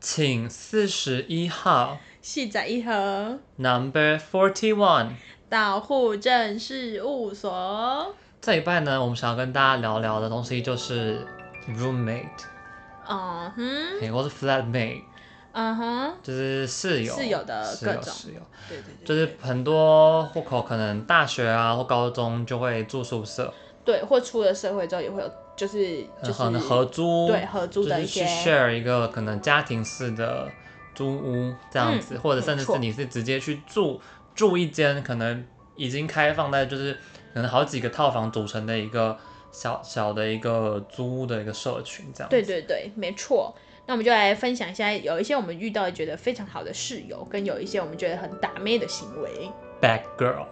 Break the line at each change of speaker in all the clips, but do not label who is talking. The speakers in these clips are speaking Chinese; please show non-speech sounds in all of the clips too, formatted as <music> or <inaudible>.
请四十一号
细仔一盒
Number Forty One。
到户政事务所。
这一半呢，我们想要跟大家聊聊的东西就是 roommate，
嗯哼，
美国是 flatmate，
嗯哼，
就是室友，
室友的
室友
各种
室友，
对对对，
就是很多户口可能大学啊或高中就会住宿舍，
对，或出了社会之后也会有，就是就是
可能合租，
对合租的一些
就是去 share 一个可能家庭式的租屋这样子，
嗯
或者甚至
没
是
错
你是直接去住住一间可能已经开放在就是可能好几个套房组成的一个小小的一个租屋的一个社群这样子。
对对对，没错。那我们就来分享一下，有一些我们遇到觉得非常好的室友，跟有一些我们觉得很打妹的行为。
Bad girl,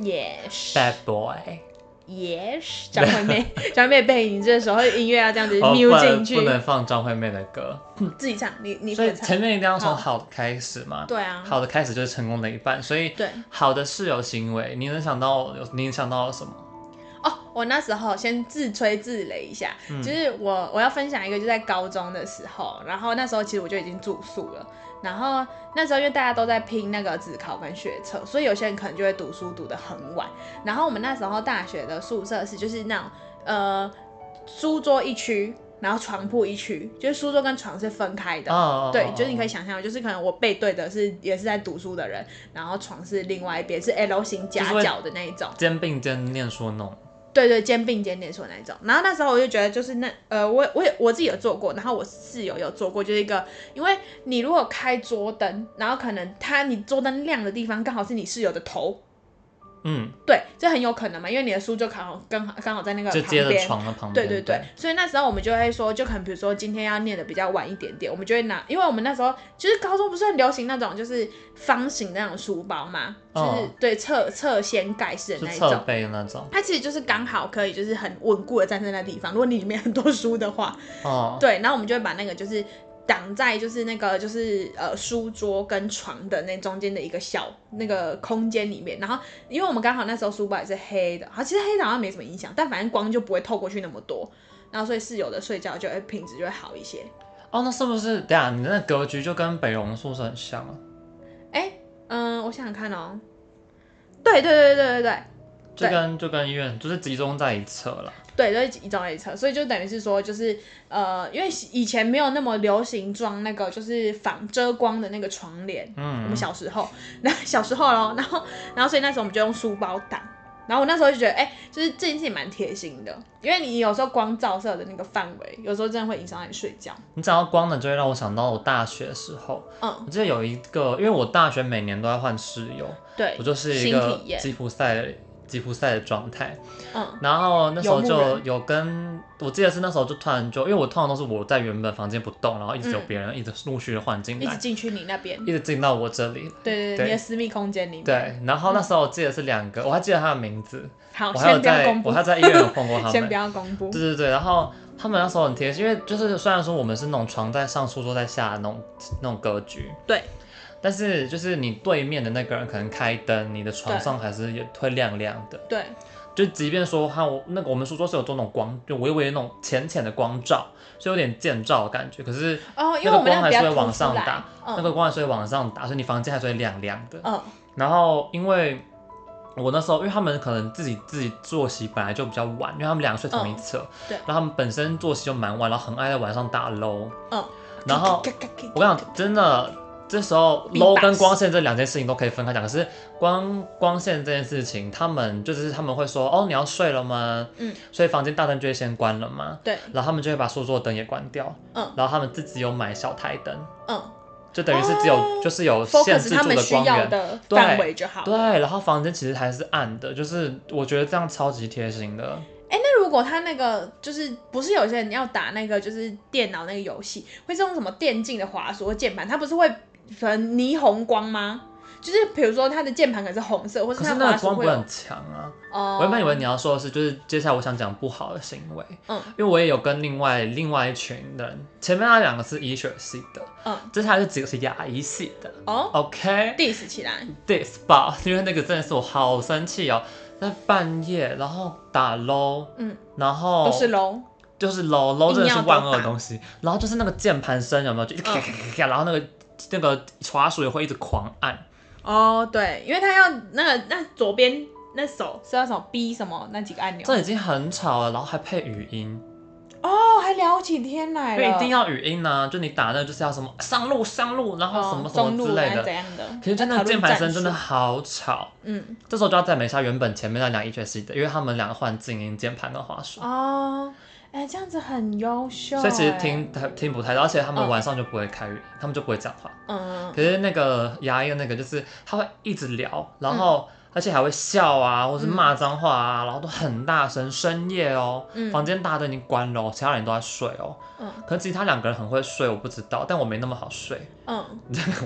Yes，
bad boy，
Yes，张惠妹，张惠妹背影，这时候音乐要这样子
哦，不
瞄进
能
去
不，能放张惠妹的歌，
自己唱，你你
所以
自己
前
唱。
面一定要从
好
好的开始嘛。
对啊，
好的开始就是成功的一半，所以
对
好的室友行为，你能想到有你想到了什么？
哦，我那时候先自吹自擂一下，
嗯
就是我我要分享一个，就在高中的时候，然后那时候其实我就已经住宿了，然后那时候因为大家都在拼那个自考跟学测，所以有些人可能就会读书读得很晚，然后我们那时候大学的宿舍是就是那种呃书桌一区，然后床铺一区，就是书桌跟床是分开的，
哦，
对，就是你可以
以
想象，就是可能我背对的是也是在读书的人，然后床是另外一边是 L 型
就是
夹
会
角的那一种，
肩并肩念书那种，
对对，肩并肩连锁那一种。然后那时候我就觉得，就是那呃，我我也我自己有做过，然后我室友有做过，就是一个，因为你如果开桌灯，然后可能他你桌灯亮的地方刚好是你室友的头，
嗯，
对，这很有可能嘛，因为你的书就刚好刚好刚好在那个
就
旁
接着
边，
床的旁
对
边，
对对，所以那时候我们就会说，就可能比如说今天要念的比较晚一点点，我们就会拿，因为我们那时候就是高中不是很流行那种就是方形那种书包嘛，就是、
哦
对侧侧掀盖式的那
是
一
侧
种。
背的那种，
它其实就是刚好可以，就是很稳固的站在那地方。如果你里面很多书的话，
哦，
对，然后我们就会把那个就是挡在就是那个就是呃书桌跟床的那中间的一个小那个空间里面。然后因为我们刚好那时候书包也是黑的，好，其实黑的好像没什么影响，但反正光就不会透过去那么多。然后所以室友的睡觉就会品质就会好一些。
哦，那是不是？等一下你那格局就跟北榕宿舍很像啊，
哎，嗯，我想想看哦，对对对对对对
就
对
跟就跟医院就是集中在一侧了，
对，都是一种 A 车，所以就等于是说，就是呃，因为以前没有那么流行装那个就是防遮光的那个床帘，我
嗯
们，小时候，那小时候咯，然后然后所以那时候我们就用书包挡，然后我那时候就觉得，哎、就是这件事情蛮贴心的，因为你有时候光照射的那个范围，有时候真的会影响到你睡觉，
你讲到光的，就会让我想到我大学的时候，
嗯，
我记得有一个，因为我大学每年都在换室友，
对
我，就是一个
新体验
吉普赛的吉普赛的状态。
嗯，
然后那时候
游牧
就
人
有跟，我记得是那时候就突然就，因为我通常都是我在原本房间不动，然后一直有
嗯
别人一直陆续的换进
一直
来，
进去你那边，
一直进到我这里。
对对
嗯对
对，你的私密空间里面，，
对，然后那时候我记得是两个，我还记得他的名字，
好，
我还有
哦先不要
在
公，布
我，还在医院有碰过他
<laughs> 先不
们。
要公布，
对对对，然后他们那时候很贴心，因为就是虽然说我们是那种床在上、书桌在下的那种那种格局，
对，
但是就是你对面的那个人可能开灯，你的床
对
上还是也会亮亮的。
对，
就即便说它我那个我们书桌是有做那种光，就微微的那种浅浅的光照，所以有点渐照的感觉。可是
哦，
那
因为
个
我们
光
那个
还
比
是
较
会
凸
往
出
上
来
打，
嗯
那个光还是会往上打，所以你房间还是会亮亮的。
嗯，
然后因为我那时候，因为他们可能自己自己作息本来就比较晚，因为他们两个睡同一侧，
哦对
然后他们本身作息就蛮晚，然后很爱在晚上打
<laughs>
low，
嗯，
然后
咔咔咔咔咔
我跟你讲，真的，这时候
Beatbox
low 跟光线这两件事情都可以分开讲。可是光光线这件事情，他们就只是他们会说，哦，你要睡了吗？
嗯，
所以房间大灯就会先关了嘛，
对，
然后他们就会把所有的灯也关掉，
嗯
然后他们自己有买小台灯，
嗯
就等于是只有、
哦
就是有限制
，focus 他
住
们
的
需
光
要
源。
的
对
范围就好。
对，然后房间其实还是暗的，就是我觉得这样超级贴心的。
哎，那如果他那个就是不是有些人要打那个就是电脑那个游戏，会是用什么电竞的滑鼠或键盘，它不是会可能霓虹光吗？就是比如说它的键盘可能是红色，或
可
它
是
滑
那个
鼠
光不
会
会
有
很强啊。
哦
我原本以为你要说的是，就是接下来我想讲不好的行为，
嗯
因为我也有跟另外另外一群人，前面那两个是医学系的，
嗯
接下来这几个是牙医系的。
哦
OK，this、
diss 起来，
吧，因为那个真的是我好生气哦，在半夜然后打 low，
嗯，
然后
都是 low，
就是 low low 真的是
硬要
万
多
恶的
打
东西，然后就是那个键盘声有没有，就一直咔咔咔咔咔，然后那个那个滑鼠也会一直狂按，
哦，对，因为他要那个那左边那手是要什么 B 什么那几个按钮。
这已经很吵了，然后还配语音，
哦，还聊起天来
因
了。
为一定要语音呢、就你打那就是要什么上路上路，然后什么
哦
什么
中路
之类
还是怎
的。
样的？
可是真
要
的
讨论
键盘声
战
真的
术，
好吵，
嗯，
这时候就要赞美一下原本前面那两个 HSC 的，因为他们两个换静音键盘跟滑鼠，
哦，哎、这样子很优秀。
所以其实
哎，
听听不太到，而且他们
嗯
晚上就不会开语，他们就不会讲话。
嗯，
可是那个牙医的那个，就是他会一直聊，然
嗯
后、而且还会笑啊，或是骂脏话啊，然后都很大声，深夜哦，
嗯
房间大家都已经关了哦，其他人都在睡哦。
嗯
可是其实他两个人很会睡，我不知道，但我没那么好睡， <laughs>
嗯，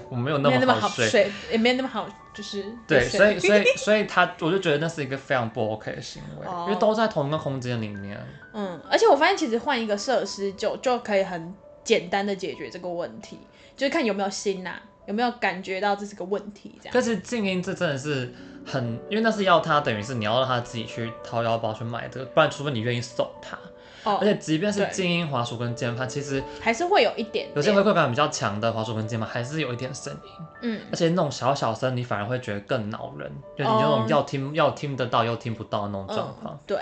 我没有
没有那么
好
好
睡。
睡，也没有那么好，就是
对，
睡
所以所以所以他，我就觉得那是一个非常不 OK 的行为，
哦
因为都在同一个空间里面。
嗯，而且我发现其实换一个设施就就可以很简单的解决这个问题，就是看有没有心呐、啊有没有感觉到这是个问题这样。
但是静音这真的是很，因为那是要他，等于是你要让他自己去掏腰包去买这个，不然除非你愿意送他。而
哦，
且即便是
对
静音滑鼠跟键盘，其实
还是会有一点点，
有些回馈感比较强的滑鼠跟键盘还是有一点声音，
嗯
而且那种小小声你反而会觉得更恼人，就你那种
哦
要听、要听得到又听不到的那种状况
嗯。对。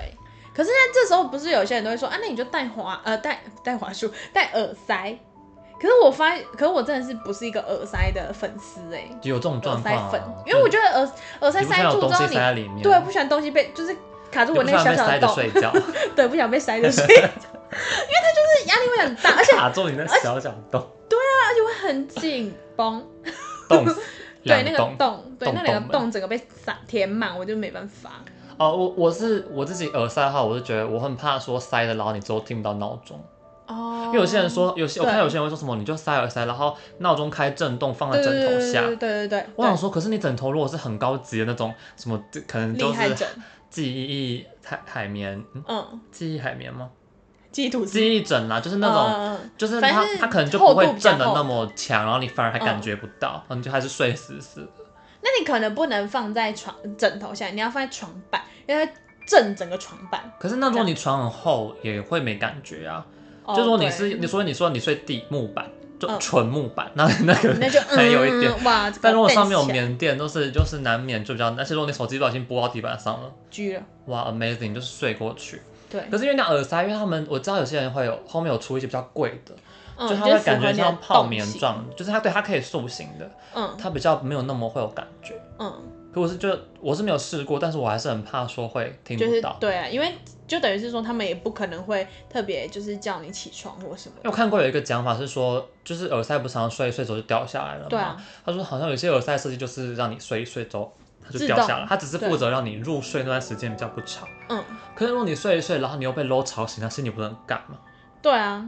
可是那这时候不是有些人都会说啊，那你就戴滑呃戴戴滑束 <laughs> 戴耳塞。可是我发，可是我真的是不是一个耳塞的粉丝哎、
就有这种
耳
状
塞
况、
粉
啊，，
因为我
就
觉得耳耳塞
你不想
塞
有
住
东
之
西
后
塞在里面，
对，不喜欢东西被就是卡住
你
我
不
那个
想
小
被塞
小的
着
洞，
睡觉，
<laughs> 对，不想被塞着睡 <laughs> 着，因为它就是压力会很
<laughs>
大，而且
卡住
<laughs>
你那小小洞
而且会很紧
<laughs>
绷，
洞，
对
两
那
洞
个。洞，对
洞
那两
洞
个洞整个被塞填满，我就没办法。
哦，我我是我自己耳塞的话，我是觉得我很怕说塞了，然后你之后听不到闹钟，
哦，
因为有些人说，有些我看
对
有些人会说什么，你就塞耳塞，然后闹钟开震动放在
对
枕
对
头
对
下
对，对对对，
我想说，可是你枕头如果是很高级的那种，什么这可能就
厉害
是
枕，
记忆海海绵，嗯，
嗯，
记忆海绵吗？
基础是
记忆枕啦，就是那种，
嗯嗯嗯
就是
反
它
正是
它可能就不
厚
会
度比较
震的
厚
那么强，然后你反而还感
嗯
觉不到，嗯，你就还是睡死死的。
那你可能不能放在床枕头下，你要放在床板，因为它震整个床板。
可是那如果你床很厚，也会没感觉啊。
哦
就如果你
对
是你说你说你睡地木板，就
嗯
纯木板，那那个
那就
<laughs> 还有一点。
嗯哇，这个
但如果上
蹬
面有
起来
棉垫，都是就是难免就比较，而且如果你手机不小心拨到地板上了，
居了，
哇，amazing，就是睡过去。
对，
可是因为那耳塞，因为他们我知道有些人会有后面有出一些比较贵的，
嗯
就它
是
会
符
感
合
觉
你的
像泡
动
棉
性，
状，就是它对它可以塑形的，
嗯
它比较没有那么会有感觉。
嗯，
可我是就我是没有试过，但是我还是很怕说会听
就是
不到。
对啊，因为就等于是说他们也不可能会特别就是叫你起床或什么
因为我看过有一个讲法是说，就是耳塞不是常常睡一睡着就掉下来了嘛？
对啊，
他说好像有些耳塞设计就是让你睡一睡着它就
自
掉
动
下来，它只是
对
负责让你入睡那段时间比较不吵。
嗯，
可是如果你睡一睡，然后你又被 low 吵醒，那心里不是很干吗？
对啊，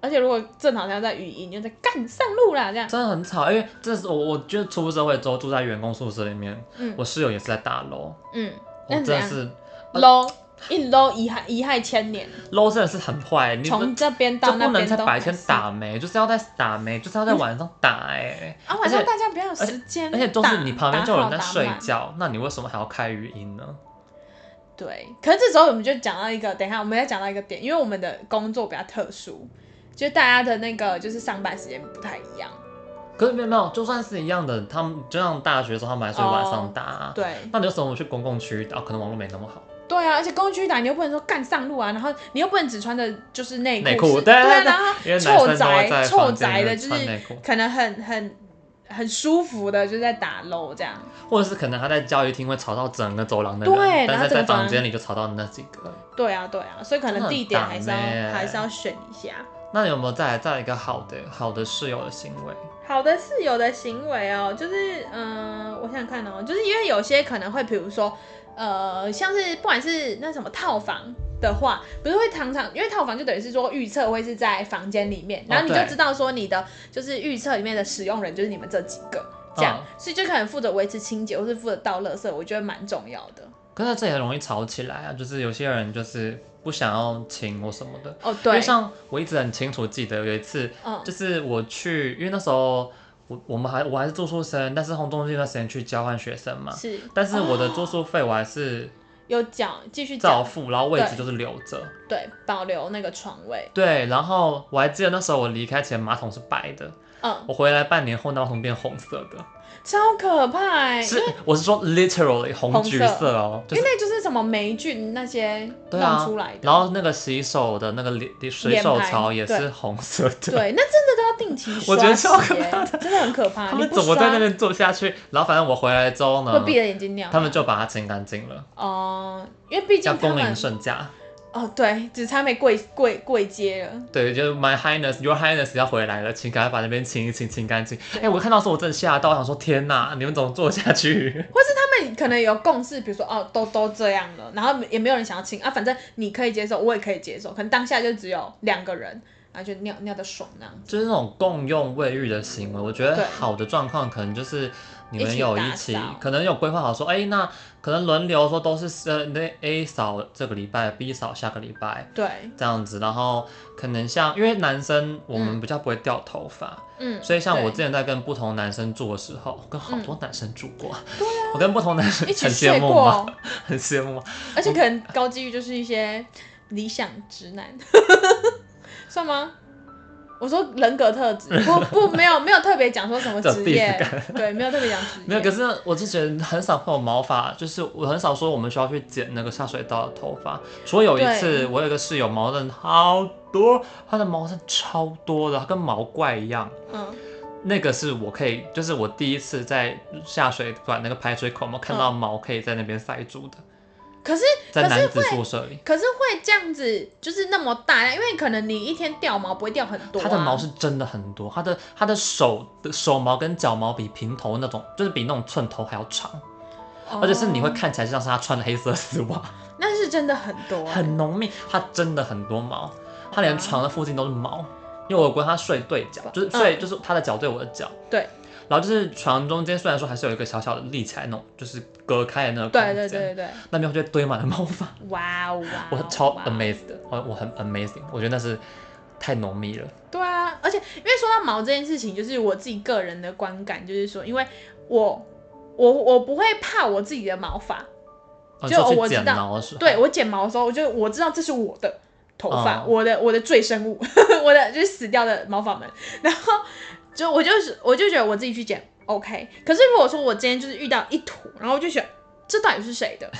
而且如果正好像在语音，就在干上路啦这样，
真的很吵，因为这是我我觉得出社会之后住在员工宿舍里面，
嗯
我室友也是在大楼，
嗯，
我
那
真
怎
的
样
是
low 一 low 遗害遗害千年，
low 真的是很坏，你
从
们
这边
就
到那
不能
边
在
都
白
还
天
是
打没，就是要在打没，就是要在晚上打哎、
啊，
而
晚
且
上大家比较有
而且
时间
而
打，
且都是你旁边就有人在
打好打
睡
满
觉，那你为什么还要开语音呢？
对，可是这时候我们就讲到一个，等一下我们再讲到一个点，因为我们的工作比较特殊，就是大家的那个就是上班时间不太一样。
可是没有没有，就算是一样的，他们就像大学的时候，他们还是会晚上打、啊
哦对，
那你为什么去公共区域打？哦可能网络没那么好。
对啊，而且公区打你又不能说干上路啊，然后你又不能只穿的就是内
内
裤
裤
是，
对
啊，
对对
然后
因为男生
臭
都会
宅
在
臭
房间
宅
里
的，
面
就
穿内
是
裤，
可能很很很舒服的，就是在打 low 这样。
或者是可能他在教育厅会吵到整个走廊的人，
对然
但
后
是在
整个走廊
房间里就吵到那几个。
对啊，对啊，所以可能地点还是
真
要
的欸很倒霉
还是要选一下。
那你有没有再来再来一个好的好的室友的行为？
好的室友的行为哦，就是嗯、呃我想想看哦，就是因为有些可能会，比如说呃，像是不管是那什么套房的话，不是会常常，因为套房就等于是说预测会是在房间里面，然后你就
哦对
知道说你的就是预测里面的使用人就是你们这几个
哦
这样，所以就可能负责维持清洁或是负责倒垃圾，我觉得蛮重要的。
可是这也容易吵起来啊，就是有些人就是不想要请我什么的。
哦，
因
对
为，像我一直很清楚记得有一次，
嗯
就是我去，因为那时候我我们还我还是住宿生，但是从中间一段时间去交换学生嘛，
是
但是我的住宿费我还是
有缴继续
照
缴
付，然后位置
哦对
就是留着。
对保留那个床位，
对，然后我还记得那时候我离开前马桶是白的，
嗯，
我回来半年后那马桶变红色的，
超可怕、欸，
是我是说 literally 红
红
橘
色
色哦，就
因为
是
那就是什么霉菌那些
对啊
弄出来的，
然后那个洗手的那个脸水
脸
手
盘
槽也是
对
红色的。 <laughs>
对，啊那真的都要定期
我
刷
觉得
洗
超可
耶
怕
真的很可怕。
他
你
们
不
怎么在
刷
那边坐下去？然后反正我回来之后
会
呢，
闭着眼睛尿？
他们就把它清干净了，
哦、因为毕
叫
竟他
恭迎
们
圣驾。
哦，对，只差没跪跪跪接了。
对，就是 My Highness, Your Highness 要回来了，请赶快把那边清一清，清干净。哎、我看到的时候我真的吓到，我想说天哪，你们怎么做下去？ <laughs>
或是他们可能有共识，比如说哦，都都这样了，然后也没有人想要亲啊，反正你可以接受，我也可以接受，可能当下就只有两个人，然后就尿尿的爽那样。
就是那种共用卫浴的行为，我觉得
对
好的状况可能就是你们有一起，
一起打扫
可能有规划好说，哎、那可能轮流说都是呃那 A 扫这个礼拜，B 扫下个礼拜
对，
这样子，然后可能像因为男生我们
嗯
比较不会掉头发，
嗯，
所以像我之
对
前在跟不同男生住的时候，我跟好多男生住过， <laughs> 我跟不同男生
嗯啊一起
很羡
睡
慕吗？
过，
很羡
<laughs>
慕吗？
而且可能高机遇就是一些理想直男， <laughs> 算吗？我说人格特
<laughs>
质，不不，没有没有特别讲说什么
这
职
必
业
死，
<laughs> 对，没有特别讲职业，
没有，可是我就觉得很少会有毛发，就是我很少说我们需要去剪那个下水道的头发。除了有一次，
对
我有一个室友毛真的好多，他的毛真的超多的，他跟毛怪一样。
嗯
那个是我可以，就是我第一次在下水管那个排水口嘛，看到毛可以在那边塞住的，，
可是
在
可是
男子宿舍里，
可是会这样子，就是那么大量，因为可能你一天掉毛不会掉很多、啊，
他的毛是真的很多，他的他的手的手毛跟脚毛比平头那种，就是比那种寸头还要长，
哦，
而且是你会看起来像是他穿了黑色丝袜。
那是真的很多、欸，
很浓密，它真的很多毛，它
嗯
连床的附近都是毛，因为我跟它睡对角，就是睡、
嗯
就是它的脚对我的脚，
对，
然后就是床中间虽然说还是有一个小小的立起来那种，就是隔开的那个空间，
对对对对对，
那边就会堆满了毛发，
哇哦哇哦，
我超
哇哦
amazed 的，我我很 amazing，我觉得那是太浓密了，
对啊，而且因为说到毛这件事情，就是我自己个人的观感，就是说，因为我我我不会怕我自己的毛发，
哦你
就
说
我
去
知
剪
道
毛的时候，
对我剪毛的时候，我就我知道这是我的头发，
嗯
我的我的赘生物， <laughs> 我的就是死掉的毛发们，然后就我就是我就觉得我自己去剪 OK，可是如果说我今天就是遇到一坨，然后我就觉得这到底是谁的？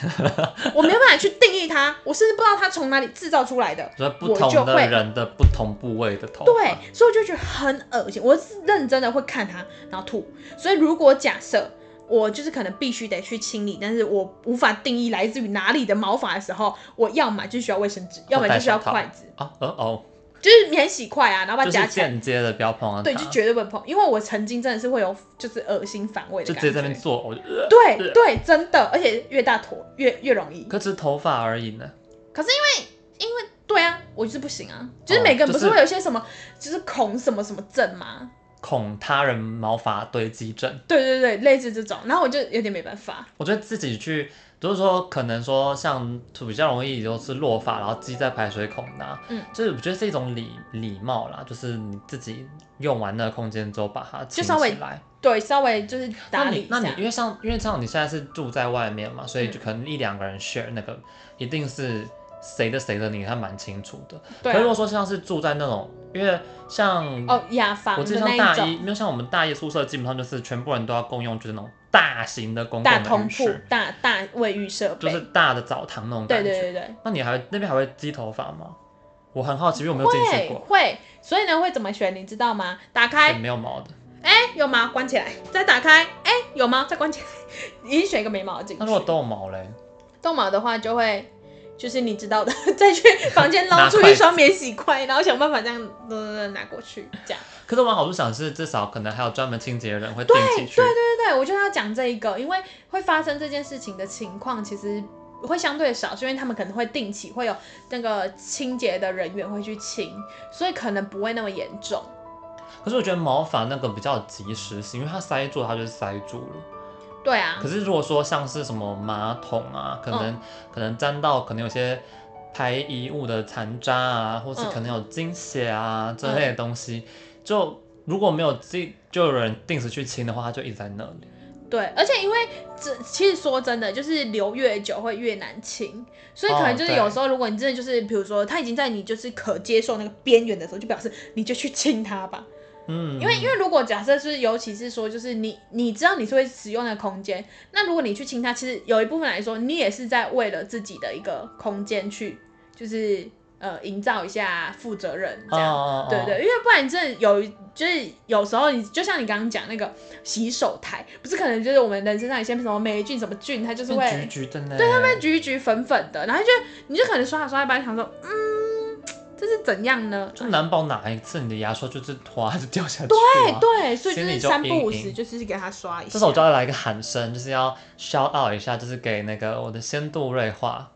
我没有办法去定义它，我甚至不知道它从哪里制造出来的。
就是不
我就
同的
会
人的不同部位的头发，
对，所以我就觉得很恶心。我是认真的会看它，然后吐。所以如果假设我就是可能必须得去清理，但是我无法定义来自于哪里的毛发的时候，我要么就需要卫生纸，要么
戴
就需要
手套
筷子，
啊呃哦，
就是免洗筷啊，然后把它
就是
夹起来。
间接的不要碰到它，
对，就绝对不能碰，因为我曾经真的是会有就是恶心反胃的
就
感
直
觉。
接在那边做，我就呃
对对，真的，而且越大坨越越容易。
可只是头发而已呢。
对啊，我就是不行啊，就是
哦
每个人
就
不是
是
会有一些什么，就是恐什么什么症吗？
恐他人毛发堆积症。
对对对，类似这种，然后我就有点没办法。
我觉得自己去，就是说可能说像比较容易就是落发，然后积在排水孔呐、
嗯
就是我觉得是一种礼礼貌啦，就是你自己用完那个空间之后把它清
就稍微
起来。
对，稍微就是打
那
理一
你
下。
那你因为像因为像你现在是住在外面嘛，所以就
嗯
可能一两个人 share 那个，一定是谁的谁的你还蛮清楚的。
对
可是如
啊、
果说像是住在那种，因为像
哦，雅房
我记
的
得
那
像大
一
一，
种
没有像我们大一宿舍，基本上就是全部人都要共用，就是那种大型的公共
大
的
通
浴
铺
室，、
大大卫浴设
就
备，
是大的澡堂那种
对
感觉。
对对对，
那你还会那边还会积头发吗？我很好奇，因为我没有进去
会
过，嗯
会，所以呢会怎么选，你知道吗？打
对
开，
没有毛的。
哎、有毛，关起来，再打开，哎、有毛，再关起来，你选一个没毛的进去。
那如果都有毛嘞，
动毛的话，就会就是你知道的， <laughs> 再去房间
拿
捞出
筷
一
子
双免洗筷，然后想办法这样呃拿过去，这样。
可是往好处想是，至少可能还有专门清洁的人会定
对
期
对
去
对。对对，我就要讲这一个，因为会发生这件事情的情况，其实会相对少，是因为他们可能会定期会有那个清洁的人员会去清，所以可能不会那么严重。
可是我觉得毛发那个比较有及时性，因为它塞住它就是塞住了。
对啊
可，是如果说像是什么马桶啊，可能、
嗯
可能沾到可能有些排遗物的残渣啊，或是
嗯
可能有精血啊、这类的东西，就如果没有自己就有人定时去清的话，它就一直在那里。
对，而且因为这其实说真的，就是留越久会越难清，所以可能就是
哦对
有时候，如果你真的就是，比如说他已经在你就是可接受那个边缘的时候，就表示你就去亲他吧。
嗯，
因为因为如果假设是，尤其是说就是你你知道你是会使用的空间，那如果你去亲它，其实有一部分来说，你也是在为了自己的一个空间去，就是呃营造一下负责任这
哦
样。
哦哦，
对对，因为不然真的有，就是有时候你就像你刚刚讲那个洗手台，不是可能就是我们人身上有些什么霉菌什么菌，它就是
橘
会
橘的呢，对他们
橘橘粉粉的，然后就你就可能刷着刷着，一般想说，嗯，这是怎样呢？
就难保哪一次你的牙刷就是哗就掉下去啊
对
了。
哎对，所以就
心里
是
就
三不五
阴
时
影
就是给它刷一下。
这时候我就要来一个喊声，就是要 shout out 一下，就是给那个我的仙杜瑞化，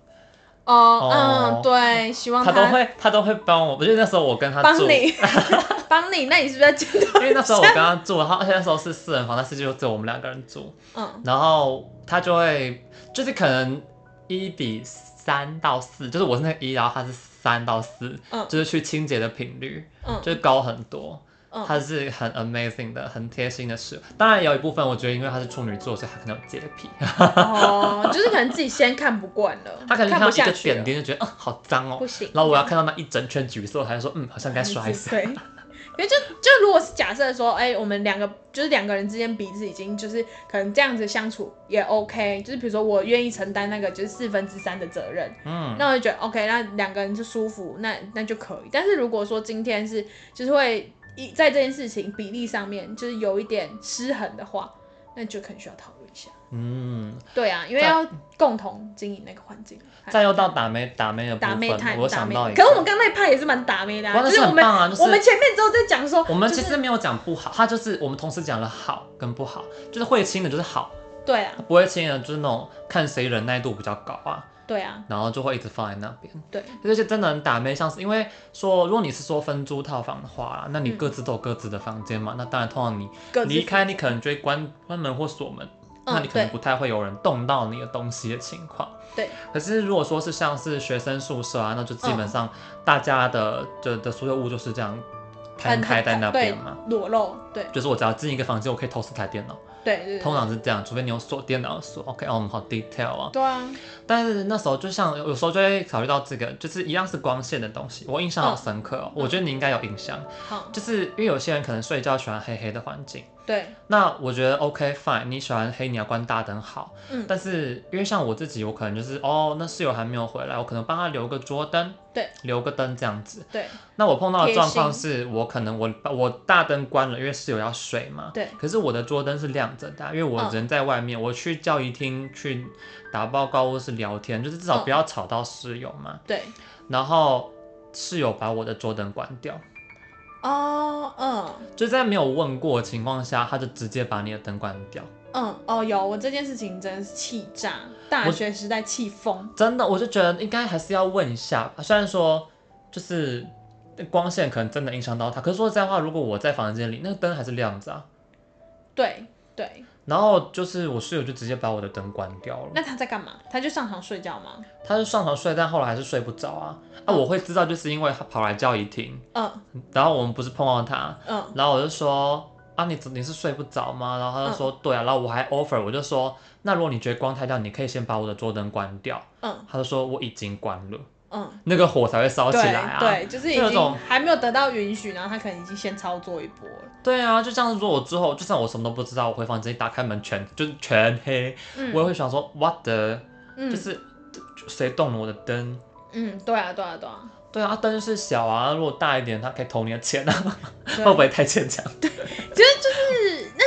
哦
哦
嗯，对，希望
他都会他都会帮我，我觉得那时候我跟他
帮
住，因 <laughs>
你 <laughs> 帮你，那你是不是要见到？
为那时候我跟他住，然后而且那时候是四人房，但是就只有我们两个人住，
<laughs> 嗯，
然后他就会就是可能一比三到四，就是我是那个一，然后他是三到四、
嗯
就是去清洁的频率
嗯
就是高很多。
嗯
他是很 amazing 的，很贴心的事。当然，有一部分我觉得，因为他是处女座，所以他可能有洁癖， <laughs>
哦，就是可能自己先看不惯了，
他可能
看
看到
不
一
下
个
去
点
了，
点就觉得，嗯，好脏哦
不。行。
然后
<laughs>
我要看到那一整圈橘色，我才说，嗯，好像该刷一下。
对，可是就就如果是假设说，哎、我们两个就是两个人之间彼此已经就是可能这样子相处也 OK，就是比如说我愿意承担那个就是四分之三的责任，
嗯，
那我就觉得 OK，那两个人就舒服，那那就可以。但是如果说今天是就是会一在这件事情比例上面就是有一点失衡的话，那就可能需要讨论一下。
嗯，
对啊，因为
在
要共同经营那个环境。
再又到打妹打妹的部
打妹
分，
探，
我
打
想
妹
到一
探。
个，
可是我们刚才派也是蛮打妹的、
哇
啊，
那
就是是我
很
们、
棒啊就是
我们前面之后在讲说，
我们
就
其
是
实没有讲不好，他就是我们同时讲了好跟不好，就是会亲的就是好，
对啊，
不会亲的就是那种看谁忍耐度比较高啊，
对啊，然
然后就会一直放在那边。
对，啊
这些真的很打妹，像是因为说，如果你是说分租套房的话，那你
嗯
各自都有各自的房间嘛，那当然通常你
各自
离开，你可能就会关关门或锁门，
嗯
那你可能
对
不太会有人动到你的东西的情况。
对。嗯
可是如果说是像是学生宿舍啊，那就基本上大家的的的所有物就是这样摊开在那边嘛。
对裸露，对
就是我只要进一个房间，我可以偷四台电脑，
对对对，
通常是这样，除非你有锁电脑锁。OK，哦，我们好 detail 啊。
对啊，
但是那时候就像有时候就会考虑到这个，就是一样是光线的东西，我印象好深刻、哦。
嗯
我觉得你应该有印象，
好，
就是因为有些人可能睡觉喜欢黑黑的环境。
对，
那我觉得 OK fine，你喜欢黑，你要关大灯好。
嗯，
但是因为像我自己，我可能就是哦，那室友还没有回来，我可能帮他留个桌灯，
对，
留个灯这样子。
对
那我碰到的
贴
状况
心
是我可能我把我大灯关了，因为室友要睡嘛。
对
可是我的桌灯是亮着的啊，因为我
嗯
人在外面，我去教育厅去打报告或是聊天，就是至少
嗯
不要吵到室友嘛。
对，
然后室友把我的桌灯关掉，
哦，嗯
就在没有问过的情况下，他就直接把你的灯关掉。
嗯，哦，有我这件事情真的是气炸，大
我
学时代气疯，
真的，我就觉得应该还是要问一下吧。虽然说就是光线可能真的影响到他，可是说实在话，如果我在房间里，那个灯还是亮着啊。
对对，
然后就是我室友就直接把我的灯关掉了，
那他在干嘛？他就上床睡觉吗？
他就上床睡，但后来还是睡不着啊。啊，
嗯
我会知道，就是因为他跑来叫怡婷，
嗯
然后我们不是碰到他，
嗯，
然后我就说啊，你你是睡不着吗？然后他就
嗯
说、对啊，然后我还 offer，我就说那如果你觉得光太亮，你可以先把我的桌灯关掉。
嗯
他就说我已经关了，
嗯，
那个火才会烧起来啊。
对对，就是已
就有
经
种
还没有得到允许，然后他可能已经先操作一波了。
对啊，就这样子。如果我之后就算我什么都不知道，我回房间一打开门全就是全黑，
嗯，
我也会想说 what the，、
嗯
就是谁动了我的灯？
嗯，对啊对啊对啊，
对啊，灯是小啊，如果大一点，它可以偷你的钱啊，
对
会不会太牵
<laughs>
强？
其实就是，那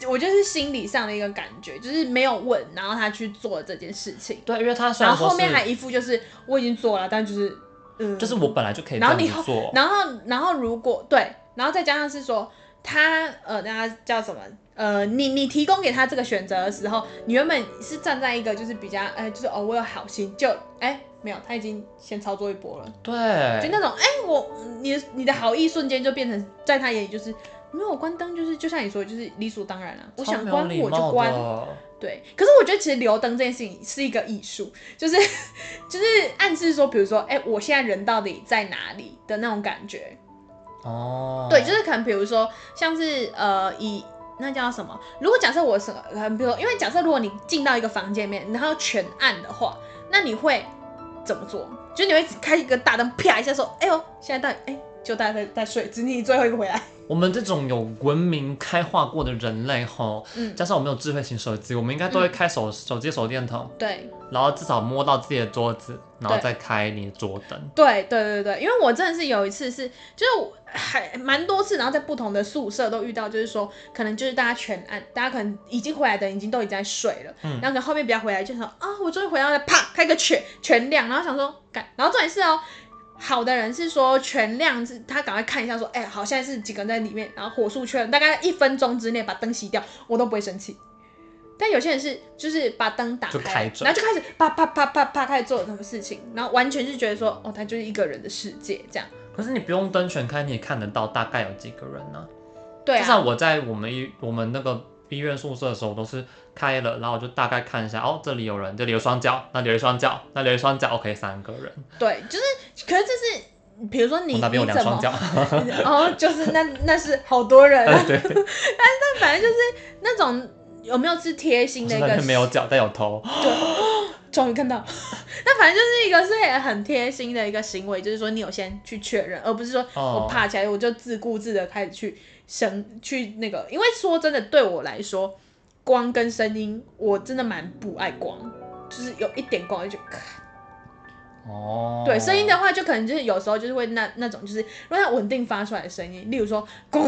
是我觉得是心理上的一个感觉，就是没有问，然后他去做这件事情，
对，因为它虽
然
然
后
说
后面还
是，
一副就是我已经做了，但就是嗯，
就是我，本来就可以这
然后
样
你
子做，
然后然后如果对，然后再加上是说他呃，那他叫什么？呃，你你提供给他这个选择的时候，你原本是站在一个就是比较，哎、就是哦，我有好心，就哎、没有，他已经先操作一波了，就
对，
那种哎、我你的你的好意瞬间就变成在他眼里就是没有我关灯，就是就像你说，就是理所当然了、我
超
想
没有
关
礼
我
貌
就关，
的哦
对，可是我觉得其实留灯这件事情是一个艺术，就是 <laughs> 就是暗示说，比如说，哎、我现在人到底在哪里的那种感觉。
哦，
对，就是可能比如说像是呃以那叫什么？如果假设我是很，比如说，因为假设如果你进到一个房间里面，然后全暗的话，那你会怎么做？就是你会开一个大灯，啪一下说，哎呦，现在到底，哎，就大家在在睡，只你最后一个回来。
我们这种有文明开化过的人类吼，
嗯，
加上我们有智慧型手机，我们应该都会开手、手机手电筒，
对，
然后至少摸到自己的桌子，然后
对
再开你的桌灯。
对对对对，因为我真的是有一次是，就是我还蛮多次，然后在不同的宿舍都遇到，就是说可能就是大家全按，大家可能已经回来的人已经都已经在睡了，
嗯
然后可能后面比较回来就想啊、我终于回来了，啪开个全全亮，然后想说赶，然后重点是哦。好的人是说全亮是，他赶快看一下说，哎、好，现在是几个人在里面，然后火速确认，大概一分钟之内把灯熄掉，我都不会生气。但有些人是就是把灯打
就开着
然后就开始啪啪啪啪啪开始做什么事情，然后完全是觉得说，哦，他就是一个人的世界这样。
可是你不用灯全开，你也看得到大概有几个人呢、
对
就
啊，
像我在我们医我们那个医院宿舍的时候，我都是开了，然后我就大概看一下，哦，这里有人，这里有双脚，那里有一双脚，那里有一双脚，OK，三个人，
对，就是，可是这是，比如说你
我那
你怎
边有
么，
两双脚，
<laughs> 哦，就是那那是好多人，
哎 <laughs> 对，
但反正就是那种有没有是贴心的一
那
个
边没有脚但有
<laughs>
头，
终于看到， <laughs> 那反正就是一个是很贴心的一个行为，就是说你有先去确认，而不是说
哦
我爬起来我就自顾自的开始去声去那个，因为说真的对我来说，光跟声音我真的蛮不爱光，就是有一点光我就咔
哦，
对声音的话，就可能就是有时候就是会那那种，就是如果它稳定发出来的声音，例
<laughs>
如说咣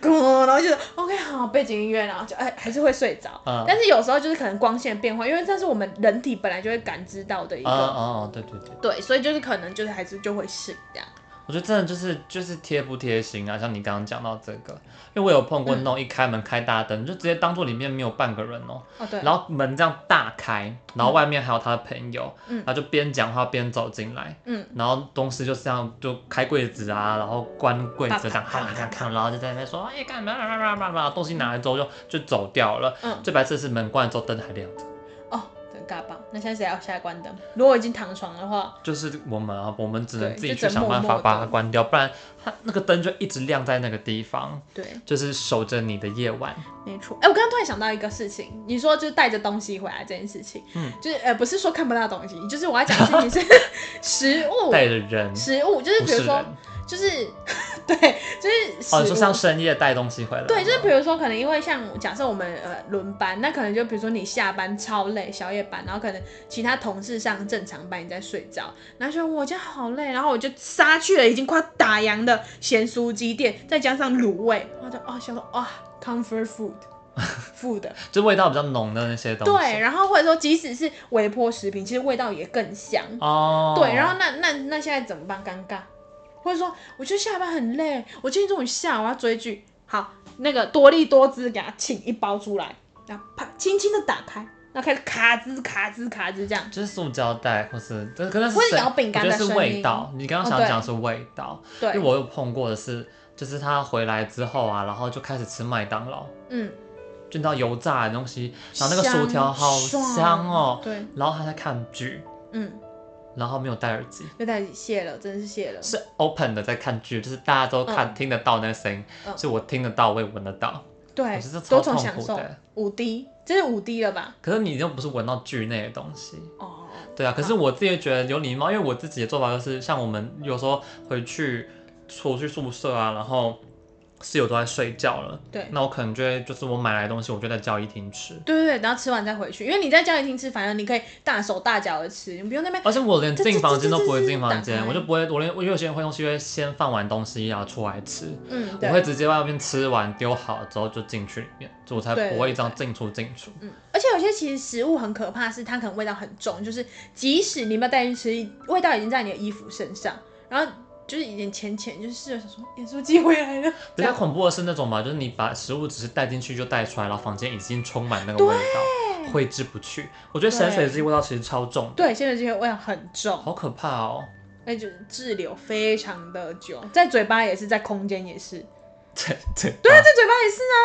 咣，然后就是 OK 好背景音乐，然后就哎还是会睡着。
嗯，
但是有时候就是可能光线变化，因为这是我们人体本来就会感知到的一
啊
个，
啊啊，对对对，
对，所以就是可能就是还是就会醒这样。
我觉得真的就是就是贴不贴心啊，像你刚刚讲到这个，因为我有碰过那
嗯
种一开门开大灯，就直接当做里面没有半个人哦，
哦，对，
然后门这样大开，然后外面还有他的朋友，
嗯
然后就边讲话边走进来，
嗯，
然后东西就这样就开柜子啊，然后关柜子这样，看看看，然后就在那边说哎干嘛嘛嘛嘛嘛嘛，东西拿来之后就就走掉了。
嗯
最白痴的是门关了之后灯还亮着，
哦，真尬吧？那现在谁要下关灯？如果我已经躺床的话，
就是我们啊，我们只能
对
自己
就
去
只能
想办
默
法
默地
把它关掉，不然它那个灯就一直亮在那个地方，
对，
就是守着你的夜晚。
没错。哎、我刚刚突然想到一个事情，你说就是带着东西回来这件事情，
嗯，
就是呃，不是说看不到东西，就是我要讲
<laughs>
的事情是食物，
带着人，
食物，哦就是
不
比如
是
说
人。，
就是 <laughs> 对，就是食物。
哦，你说像深夜带东西回来，
对，就是比如说，可能因为像假设我们呃轮班，那可能就比如说你下班超累，小夜班，然后可能其他同事上正常班，你在睡觉，然后就我今天好累，然后我就杀去了已经快打烊的咸酥鸡店，再加上卤味，然后就哦想说哇、comfort food food，
就味道比较浓的那些东西。
对，然后或者说即使是微波食品，其实味道也更香，
哦，
对，然后那那那现在怎么办？尴尬，或者说我觉得下班很累，我今天中午下午要追剧，好，那个多利多汁给它请一包出来，然后啪轻轻的打开，然后开始咔吱咔吱咔吱这样，
就是塑胶袋，或是这可能是
或是
谁
咬饼干
我觉
的
得是
声
味
音
道。你刚刚
哦
想
对
讲的是味道，因为
对，
我有碰过的是，就是他回来之后啊，然后就开始吃麦当劳，
嗯，
就你知道油炸的东西，然后那个
香
薯条好
爽
香哦、
对，
然后他在看剧，
嗯，
然后没有戴耳机，
就在谢了，真是谢了，
是 open 的在看剧，就是大家都看、
嗯
听得到那个声音，
嗯
所以我听得到，我也闻得到，
对
我觉得这，超
多重
痛
享
苦
受
的。，
五 D，这是五 D 了吧？
可是你又不是闻到剧内的东西，
哦，
对啊，可是我自己觉得有礼貌，因为我自己的做法就是，像我们有时候回去出去宿舍啊，然后室友都在睡觉了，
对。
那我可能就会就是我买来的东西，我就在交易厅吃，
对对对，然后吃完再回去，因为你在教育厅吃，反正你可以大手大脚的吃，你不用那边
而且我连进房间都不会进
这
房
这这这
间，
这
我就不会，我连我有些人会东西会先放完东西然后出来吃，
嗯，
我
对。
会直接外面吃完丢好之后就进去里面，就我才
对
不会这样
对
进出进出。
嗯，而且有些其实食物很可怕，是它可能味道很重，就是即使你没有带进去吃，味道已经在你的衣服身上，然后就是已经浅浅，就是室友想说盐酥鸡回来了，
比
这
较
样
恐怖的是那种嘛，就是你把食物只是带进去就带出来，然后房间已经充满那个味道，挥之不去。我觉得咸水鸡味道其实超重的，
对，现在这些味道很重，
好可怕哦。 <laughs>
那就是滞留非常的久，在嘴巴也是，在空间也 <laughs> 是，
对对
对啊，在嘴巴也是啊，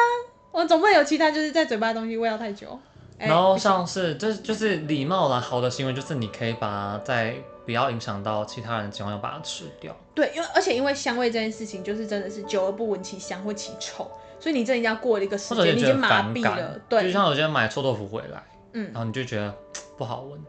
我总不能有其他就是在嘴巴的东西味道太久，哎
然后像是这就是礼貌啦，好的行为就是你可以把它在不要影响到其他人的情况下把它吃掉。
对，因为而且因为香味这件事情，就是真的是久而不闻其香会其臭，所以你真的要过了一个时
或者
间，你
你
已
觉
经
得
麻
反
痹了
感，，就
对，
像有些人买臭豆腐回来，
嗯
然，后你就觉得嘖不好闻，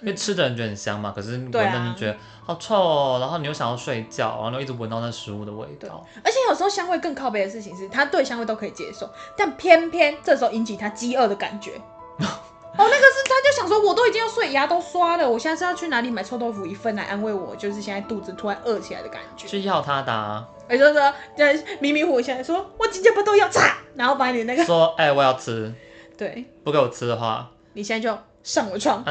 因为吃的人觉得很香嘛，可是闻
对
的
啊
你就觉得好臭、哦，然后你又想要睡觉，然后又一直闻到那食物的味道。
而且有时候香味更靠背的事情是，他对香味都可以接受，但偏偏这时候引起他饥饿的感觉。
<laughs>
哦，那个是他就想说，我都已经要睡，牙都刷了，我现在是要去哪里买臭豆腐一份来安慰我，就是现在肚子突然饿起来的感觉。
去要他的、啊，
也就是说，在迷迷糊糊起来说，我今天不都要炸，然后把你那个，
说哎、我要吃，
对
不给我吃的话，
你现在就上
<laughs>
我床，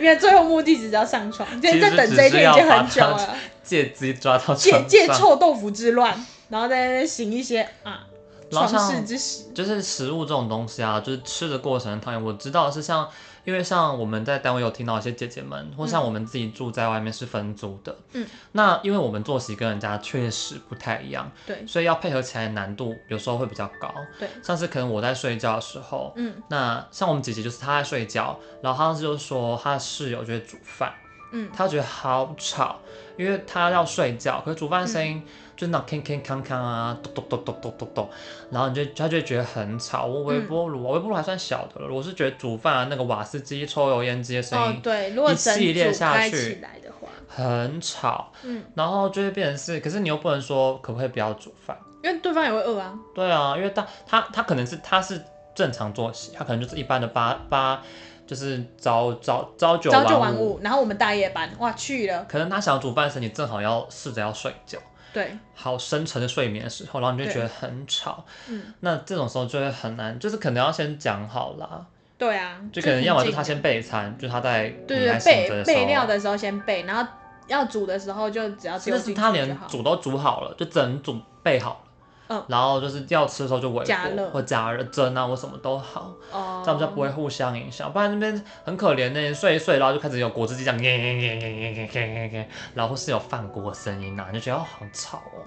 因为最后目的只是要上床，
其
在
实
在等这一天已经很
只
久
是要把
了，
借机抓到
借
床
借
上
臭豆腐之乱，然后在那边行一些啊
然
床
后像
事之实。
就是食物这种东西啊，就是吃的过程很讨厌。我知道是像，因为像我们在单位有听到一些姐姐们，或像我们自己住在外面是分租的，
嗯，
那因为我们作息跟人家确实不太一样，
对
所以要配合起来的难度有时候会比较高。
对，
像是可能我在睡觉的时候，
嗯
那像我们姐姐就是她在睡觉，然后她就说她的室友就会煮饭，
嗯，
她觉得好吵，因为她要睡觉，可是煮饭声音就是那种铿铿锵锵啊，咚咚咚咚咚咚咚，然后你就她就会觉得很吵。我微波炉啊，微波炉还算小的了，我是觉得煮饭啊那个瓦斯机、抽油烟机的声
哦
音
对，如果
一
整
系列
组
下
开
去
起来的话，
很吵，
嗯，
然后就会变成是，可是你又不能说可不可以不要煮饭。
因为对方也会饿啊，
对啊，因为他他他可能是他是正常作息，他可能就是一般的八八，就是早早朝九
朝九晚
五，
五，然后我们大夜班，哇去了，
可能他想煮饭时，你正好要试着要睡觉，
对，
好深沉的睡眠的时候，然后你就觉得很吵，
嗯，
那这种时候就会很难，就是可能要先讲好啦，
对啊，
就可能要么就他
尽
先备餐，就他在
量
你还
对
醒
对
着
备
时候
备料，的时候先备，然后要煮的时候就只要
甚
丢
至是
进
他
去就
连
好。
煮都煮好了，就整煮备好了。
嗯
然后就是要吃的时候就微
加热
波或加热蒸啊，或什么都好。
哦，
这样比较不会互相影响，不然那边很可怜的，睡一睡，然后就开始有果汁机这样，耶耶耶耶耶耶耶耶，然后是有饭锅的声音呐、你就觉得哦好吵哦。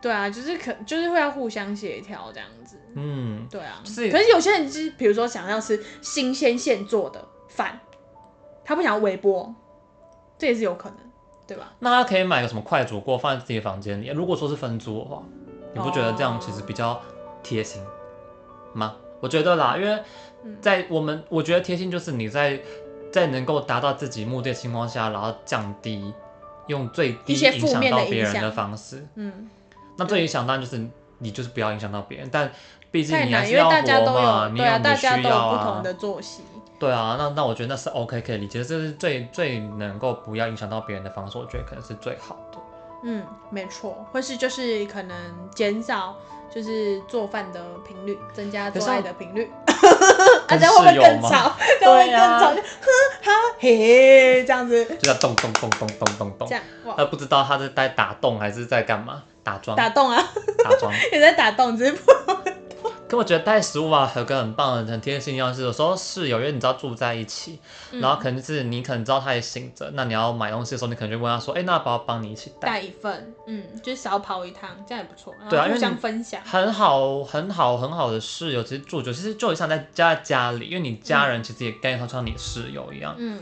对啊，就是可就是会要互相协调这样子，
嗯，
对啊，
就是
可是有些人就是比如说想要吃新鲜现做的饭，他不想要微波，这也是有可能，对吧？
那他可以买个什么快煮锅放在自己房间里，如果说是分租的话，你不觉得这样其实比较贴心吗？我觉得啦，因为在我们，我觉得贴心就是你在在能够达到自己目的的情况下，然后降低用最低
一些
影
负
响
面的
到别
影
人
响
的方式。
嗯，
那最影响当然就是你就是不要影响到别人，但毕竟
太
你还
难，
是
因为
要
大家
活
都
嘛，
有
你
对啊，
你的
大家
需
都
要
有不同
啊，
的作息。
对啊，那那我觉得那是 OK 可以理解，这是最最能够不要影响到别人的方式，我觉得可能是最好的。
嗯，没错，或是就是可能减少就是做饭的频率，增加
可
做
是
爱的频率， <laughs> 啊，
跟
这样会不会
室友
更
吗？ <laughs>
吵？这样会
对
更
啊
吵，就 <laughs> 哼哈嘿这样子，
就在咚咚咚咚咚咚咚
这，样哇，
他不知道他是在打洞还是在干嘛，打桩
打洞啊， <laughs>
打桩。
也在打洞，只是不
可我觉得带食物啊，有个很棒的、很贴心的样式。有时候室友，因为你知道住在一起， <laughs>
嗯
然后可能就是你可能知道他也醒着，那你要买东西的时候，你可能就问他说：“哎、那要不要帮你一起带？”
带一份，嗯，就是少跑一趟，这样也不错，然
对啊
后
因为
互相
你
分享，
很好，很好，很好的室友，其实住久，其实就很像在家家里，因为你家人其实也概念上像你室友一样，
嗯，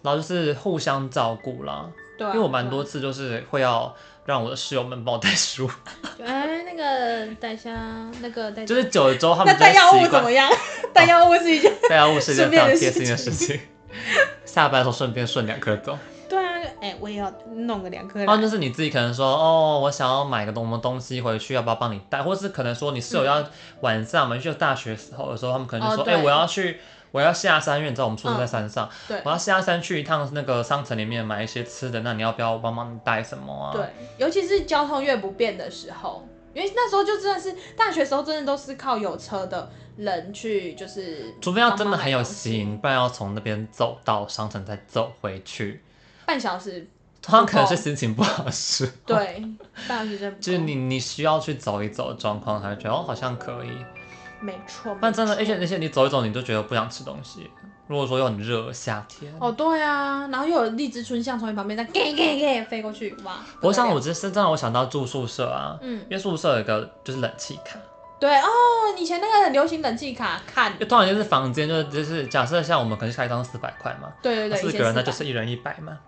然后就是互相照顾啦。
对啊，
因为我蛮
对
多
啊，
次就是会要让我的室友们帮我带食物，
就哎，那个带下那个带下，
就是久了之后他
那
们就会
带药物
习
怎么
惯， <laughs> 哦
样？带药物是一件，
带药物是一件非
顺便
常
的
贴
事
心的事
情
情。 <laughs> 下班的时候顺便顺两颗走，
对啊，哎，我也要弄个两颗来，
然后就是你自己可能说哦，我想要买个东什么东西回去，要不要帮你带？或是可能说你室友要晚上，我们就大学时候的时候，他们可能就
嗯
说，
哦
哎、
对
我要去，我要下山，因为你知道我们宿舍在
嗯
山上，
对
我要下山去一趟那个商城里面买一些吃的，那你要不要帮忙带什么啊？
对，，尤其是交通越不便的时候，因为那时候就真的是大学时候，真的都是靠有车的人去，就是
除非要真的
帮忙买
很有
东西
心，不然要从那边走到商城再走回去，
半小时，
通常可能是心情不好时候，
对，半小时真的不够
哦就是你你需要去走一走的状况，才会觉得哦好像可以。
没错，
但真的，
没
而
错
且而且你走一走，你就觉得不想吃东西。如果说又很热，夏天，
哦对啊，然后又有荔枝春象从你旁边这样给给给飞过去，哇！
不过
得
像
了
我这是真让我想到住宿舍啊，
嗯
因为宿舍有一个就是冷气卡，
对哦，以前那个很流行冷记卡看
因，为通常就是房间就是就是假设像我们可能是开一张四百块嘛，
对对对，
四
以前
个人那
400
就是一人一百嘛，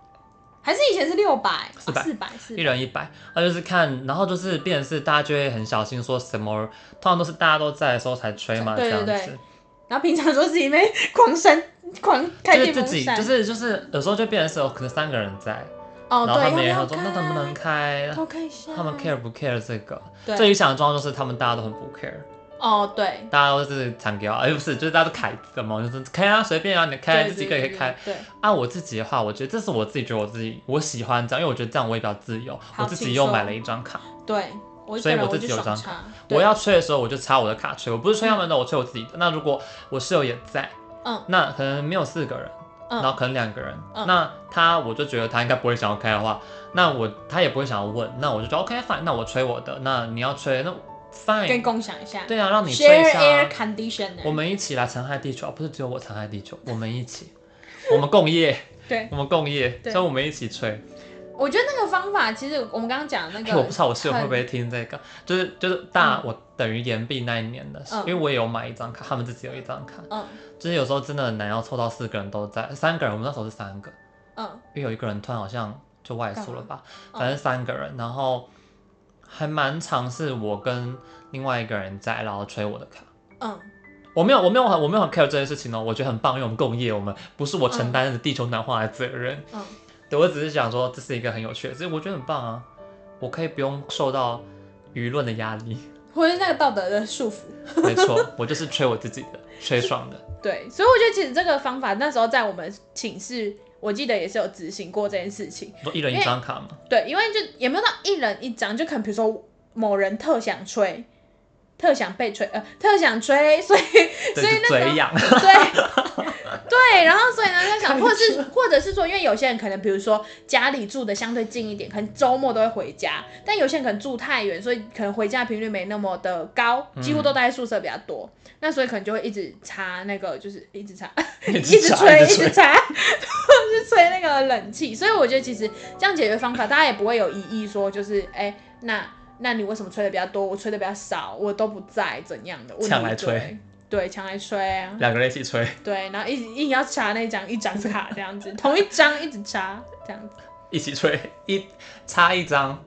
还是以前是六百，啊
400
四百四
一人一百，那就是看，然后就是变成是大家就会很小心说什么，通常都是大家都在的时候才吹嘛，
对对
这样
对
子。
然后平常说自己没狂扇狂开
就是
电
自
风
己，
扇，
就是就是，有时候就变成是有可能三个人在，
哦，
然后
对，
他们也
要
会说那能不能开，
偷看一下？
他们 care 不 care 这个？
对
最理想的状况就是他们大家都很不 care，
哦，对，
大家都是惨给我，哎、不是，就是大家都开的嘛，就是开啊，随便啊，你开
对
自己可以开。，
对对对对
按、我自己的话，我觉得这是我自己觉得我自己我喜欢这样，因为我觉得这样我也比较自由。
好
我自己
请
又
说
买了一张卡，
对，我一
所以
个人
我自己
就
有张
爽
卡
插，对
我要吹的时候我就插我的卡吹，我不是吹他们的，我吹我自己的。那如果我室友也在，
嗯
那可能没有四个人，然后
嗯，
可能两个人，
嗯
那他我就觉得他应该不会想要开的话，那我他也不会想要问，那我就觉得 OK fine，那我吹我的，那你要吹那
跟
fine，
共享一下
对啊，让你吹一
，share
下啊
air，conditioner，
我们一起来残害地球，啊不是只有我残害地球，我们一起，我们共业，
对，
我们共业，
对
所以我们一起吹。
我觉得那个方法其实我们刚刚讲的那
哎我不
个
知道我室友会
很
不会听这个，就是就是大、
嗯
我等于延毕那一年的，
嗯
因为我也有买一张卡，他们自己有一张卡，
嗯
就是有时候真的很难要凑到四个人都在，三个人我们那时候是三个，
嗯，
因为有一个人突然好像就外宿了吧，
干嘛
反正三个人，然后还蛮常是我跟另外一个人在，然后吹我的卡。
嗯，
我没有，我没有很，我没有很 care 这件事情哦，我觉得很棒，因为我们共业，我们不是我承担的地球暖化的责任。
嗯，
对我只是想说这是一个很有趣的，所以我觉得很棒啊，我可以不用受到舆论的压力。 <laughs>
或者是那个道德的束缚，
没错，我就是吹我自己的，吹爽的。
对，所以我觉得其实这个方法那时候在我们寝室，我记得也是有执行过这件事情。
说一人一张卡嘛，
对，因为就也没有到一人一张，就可能比如说某人特想吹，特想被吹，呃，特想吹，
<laughs>
所以
对，
所以
就
那时候
嘴痒。
对对，然后所以呢就
开
想，或者是
车
或者是说，因为有些人可能比如说家里住的相对近一点，可能周末都会回家，但有些人可能住太远，所以可能回家频率没那么的高，几乎都待在宿舍比较多，那所以可能就会一直擦那个，就是一直擦，
一
一直吹，一 <laughs> 直
吹，
擦，就是吹那个冷气。所以我觉得其实这样解决方法，大家也不会有疑义说就是哎、那那你为什么吹的比较多，我吹的比较少，我都不在怎样的？问题
抢来
对
吹，
对，抢来吹啊，
两个人一起吹，
对，然后一直一直要查那张一张卡这样子，同一张一直查这样子，
一起吹，一插一张，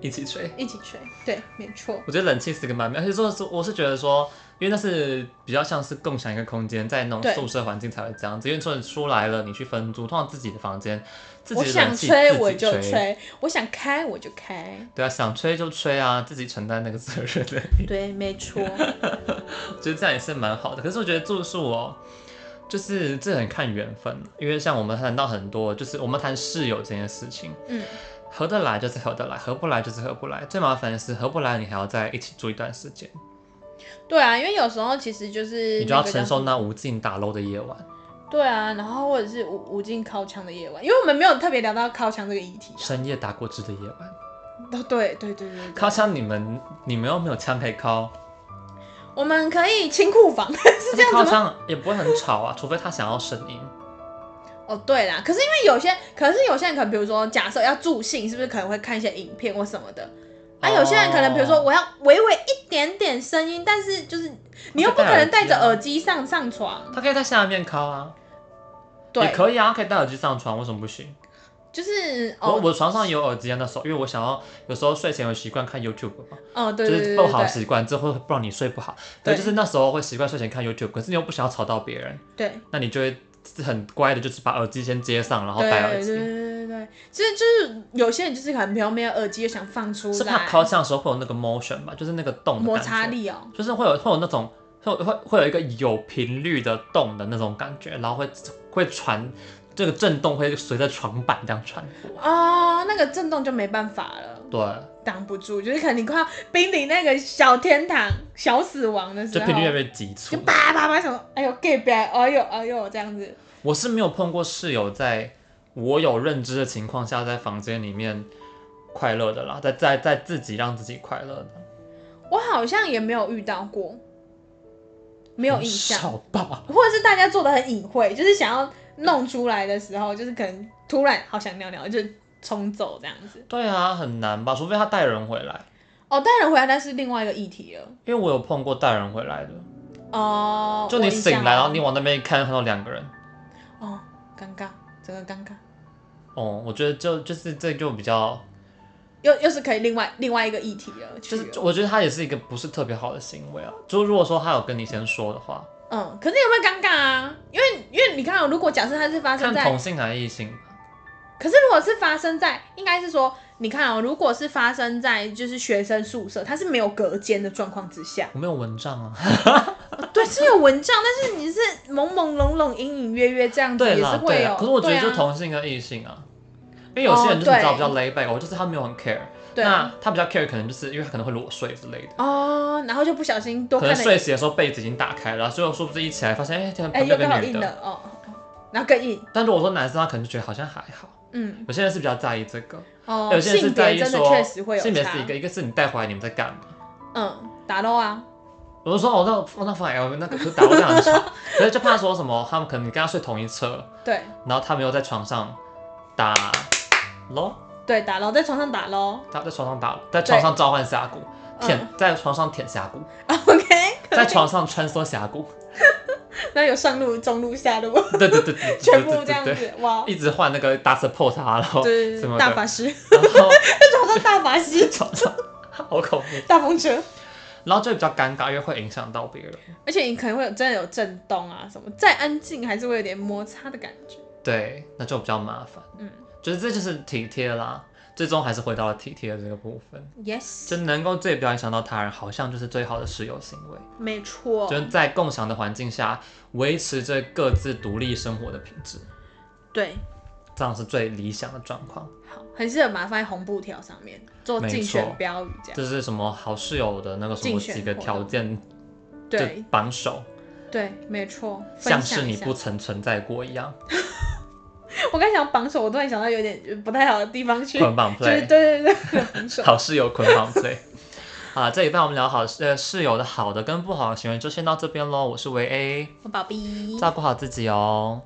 一起吹。
一起吹，对，没错，
我觉得冷气是个蛮妙，而且说是我是觉得说，因为那是比较像是共享一个空间，在那种
对
宿舍环境才会这样子。因为说你出来了，你去分租，通常自己的房间，自
我
己的
想
冷气
吹
自己
我就
吹，
吹，我想开我就开，
对啊，想吹就吹啊，自己承担那个责任的。 <laughs>
对，没错，
觉得这样也是蛮好的。可是我觉得住宿哦，就是这很看缘分，因为像我们谈到很多，就是我们谈室友这件事情，
嗯，
合得来就是合得来，合不来就是合不来。最麻烦的是合不来，你还要在一起住一段时间，
对啊，因为有时候其实就是
你就要
那个叫
承
什么
受那无尽打捞的夜晚。
对啊，然后或者是无无尽靠墙的夜晚，因为我们没有特别聊到靠墙这个议题、啊。
深夜打果汁的夜晚，
哦，对对对对对，
靠枪你们你们又没有枪可以敲，
我们可以清库房 <laughs> 是这样
靠
子吗？
枪也不会很吵啊，除非他想要声音。
哦，对啦，可是因为有些，可是有些人可能比如说假设要助兴，是不是可能会看一些影片或什么的？啊，有些人可能比如说
哦
我要微微一点点声音，但是就是你又不可能戴着耳机上上床，
他可以在下面敲啊，也
对，
可以啊，可以戴耳机上床，为什么不行？
就是
我
哦，
我床上有耳机啊，那时候因为我想要有时候睡前有习惯看 YouTube 嘛，
哦，对
就
对对
是
对
不好
对
习惯，这会不让你睡不好。可是
对
就是那时候会习惯睡前看 YouTube，可是你又不想要吵到别人，
对，
那你就会很乖的，就是把耳机先接上，然后
对
戴耳
对对
机。
对对对，其实就是有些人就是可能比如没有耳机又想放出
是怕
来，
敲墙的时候会有那个 motion 吧，就是那个动的
摩
感觉
擦，力哦，
就是会有会有那种会有会会有一个有频率的动的那种感觉，然后会会传这个震动会随着床板这样传过。
哦，那个震动就没办法了，
对，
挡不住，就是可能你快要濒临那个小天堂、小死亡的时
就
候，
频率越来越急促
就。哦叭叭叭想说，哎呦 gay 呗，哎呦哎呦这样子，
我是没有碰过室友在我有认知的情况下，在房间里面快乐的啦，在在在自己让自己快乐的，
我好像也没有遇到过，没
没
有印象，
少吧？
或者是大家做的很隐晦，就是想要弄出来的时候，就是可能突然好想尿尿，就冲走这样子。
对啊，很难吧？除非他带人回来，
哦，带人回来那是另外一个议题了。
因为我有碰过带人回来的，
哦，
就
我
你
印象
醒来，然后你
了
往那边一看，看到两个人。
哦，尴尬，整个尴尬，
哦，我觉得就就是这就比较，
又又是可以另外另外一个议题了，
就
去
是
了
我觉得他也是一个不是特别好的行为啊。就如果说他有跟你先说的话，
嗯，可是有没有尴尬啊？因为因为你看哦，如果假设它是发生
看
在
同性还是异性吧，啊
可是如果是发生在，应该是说，你看哦，如果是发生在就是学生宿舍，它是没有隔间的状况之下，
我没有蚊帐啊。
<laughs> 对，是有蚊帐，但是你是朦朦胧胧、隐隐约约这样子，
对
也
啦
是，
对
会有。
啦。可是我觉得
对啊
就同性跟异性啊，因为有些人就是
哦
你知道
对
比较 lay back，我就是他没有很 care。
对
那他比较 care 可能就是因为他可能会裸睡之类的，
哦，然后就不小心多
可
看
能
了一
睡，醒的时候被子已经打开了，所以我说不定一起来发现，哎、天，
哎，
旁
又
边有
刚好
个
硬
女
了
的。
哦，哦然后更硬，
但如果说男生，他可能就觉得好像还好。
嗯，
有些人是比较在意这个，
哦，
有些人是
性
在
别
意
真的
说
确实会有
性别
差
是一个，一个是你带回来你们在干嘛。
嗯，打漏啊，
我就说哦，那哦那放 L V 那个可是打过这样很吵，可是就怕说什么他们可能你跟他睡同一车，
对
然后他们又在床上打咯，
对，打漏在床上打漏
他在床上打，在床上召唤峡谷，
嗯
舔在床上舔峡谷，
，OK，可
在
以
床上穿梭峡谷，
<laughs> 那有上路、中路、下路，
<laughs> 对对对对对，
全部
对
这样，
对对
子，哇，
一直换那个打 support 啊，然后
对
什么，的
大法师。 <laughs>
然后
床上大法师
床上好恐怖，
大风车，
然后就比较尴尬，因为会影响到别人。
而且你可能会有真的有震动啊什么，再安静还是会有点摩擦的感觉。
对，那就比较麻烦。
嗯
就是这就是体贴啦，最终还是回到了体贴的这个部分，
，yes，
就能够最不要影响到他人，好像就是最好的室友行为。
没错，
就是在共享的环境下，维持着各自独立生活的品质，
对，
这样是最理想的状况。
好，很适合把它放在红布条上面做
没错
竞选标语这样。
这是什么好室友的那个什么
啊竞选
几个
活动
条件就
对
榜首，
对，没错，
像
分
是
享一
你
下
不。曾存在过一样。
我刚想绑手，我突然想到有点不太好的地方去，
捆绑
就是
play，
对对对，绑手。
好室友捆绑 play。啊，这一半我们聊 <laughs> 好呃室友的好的跟不好的行为就先到这边喽。我是维 A，
我宝贝，
照顾好自己哦。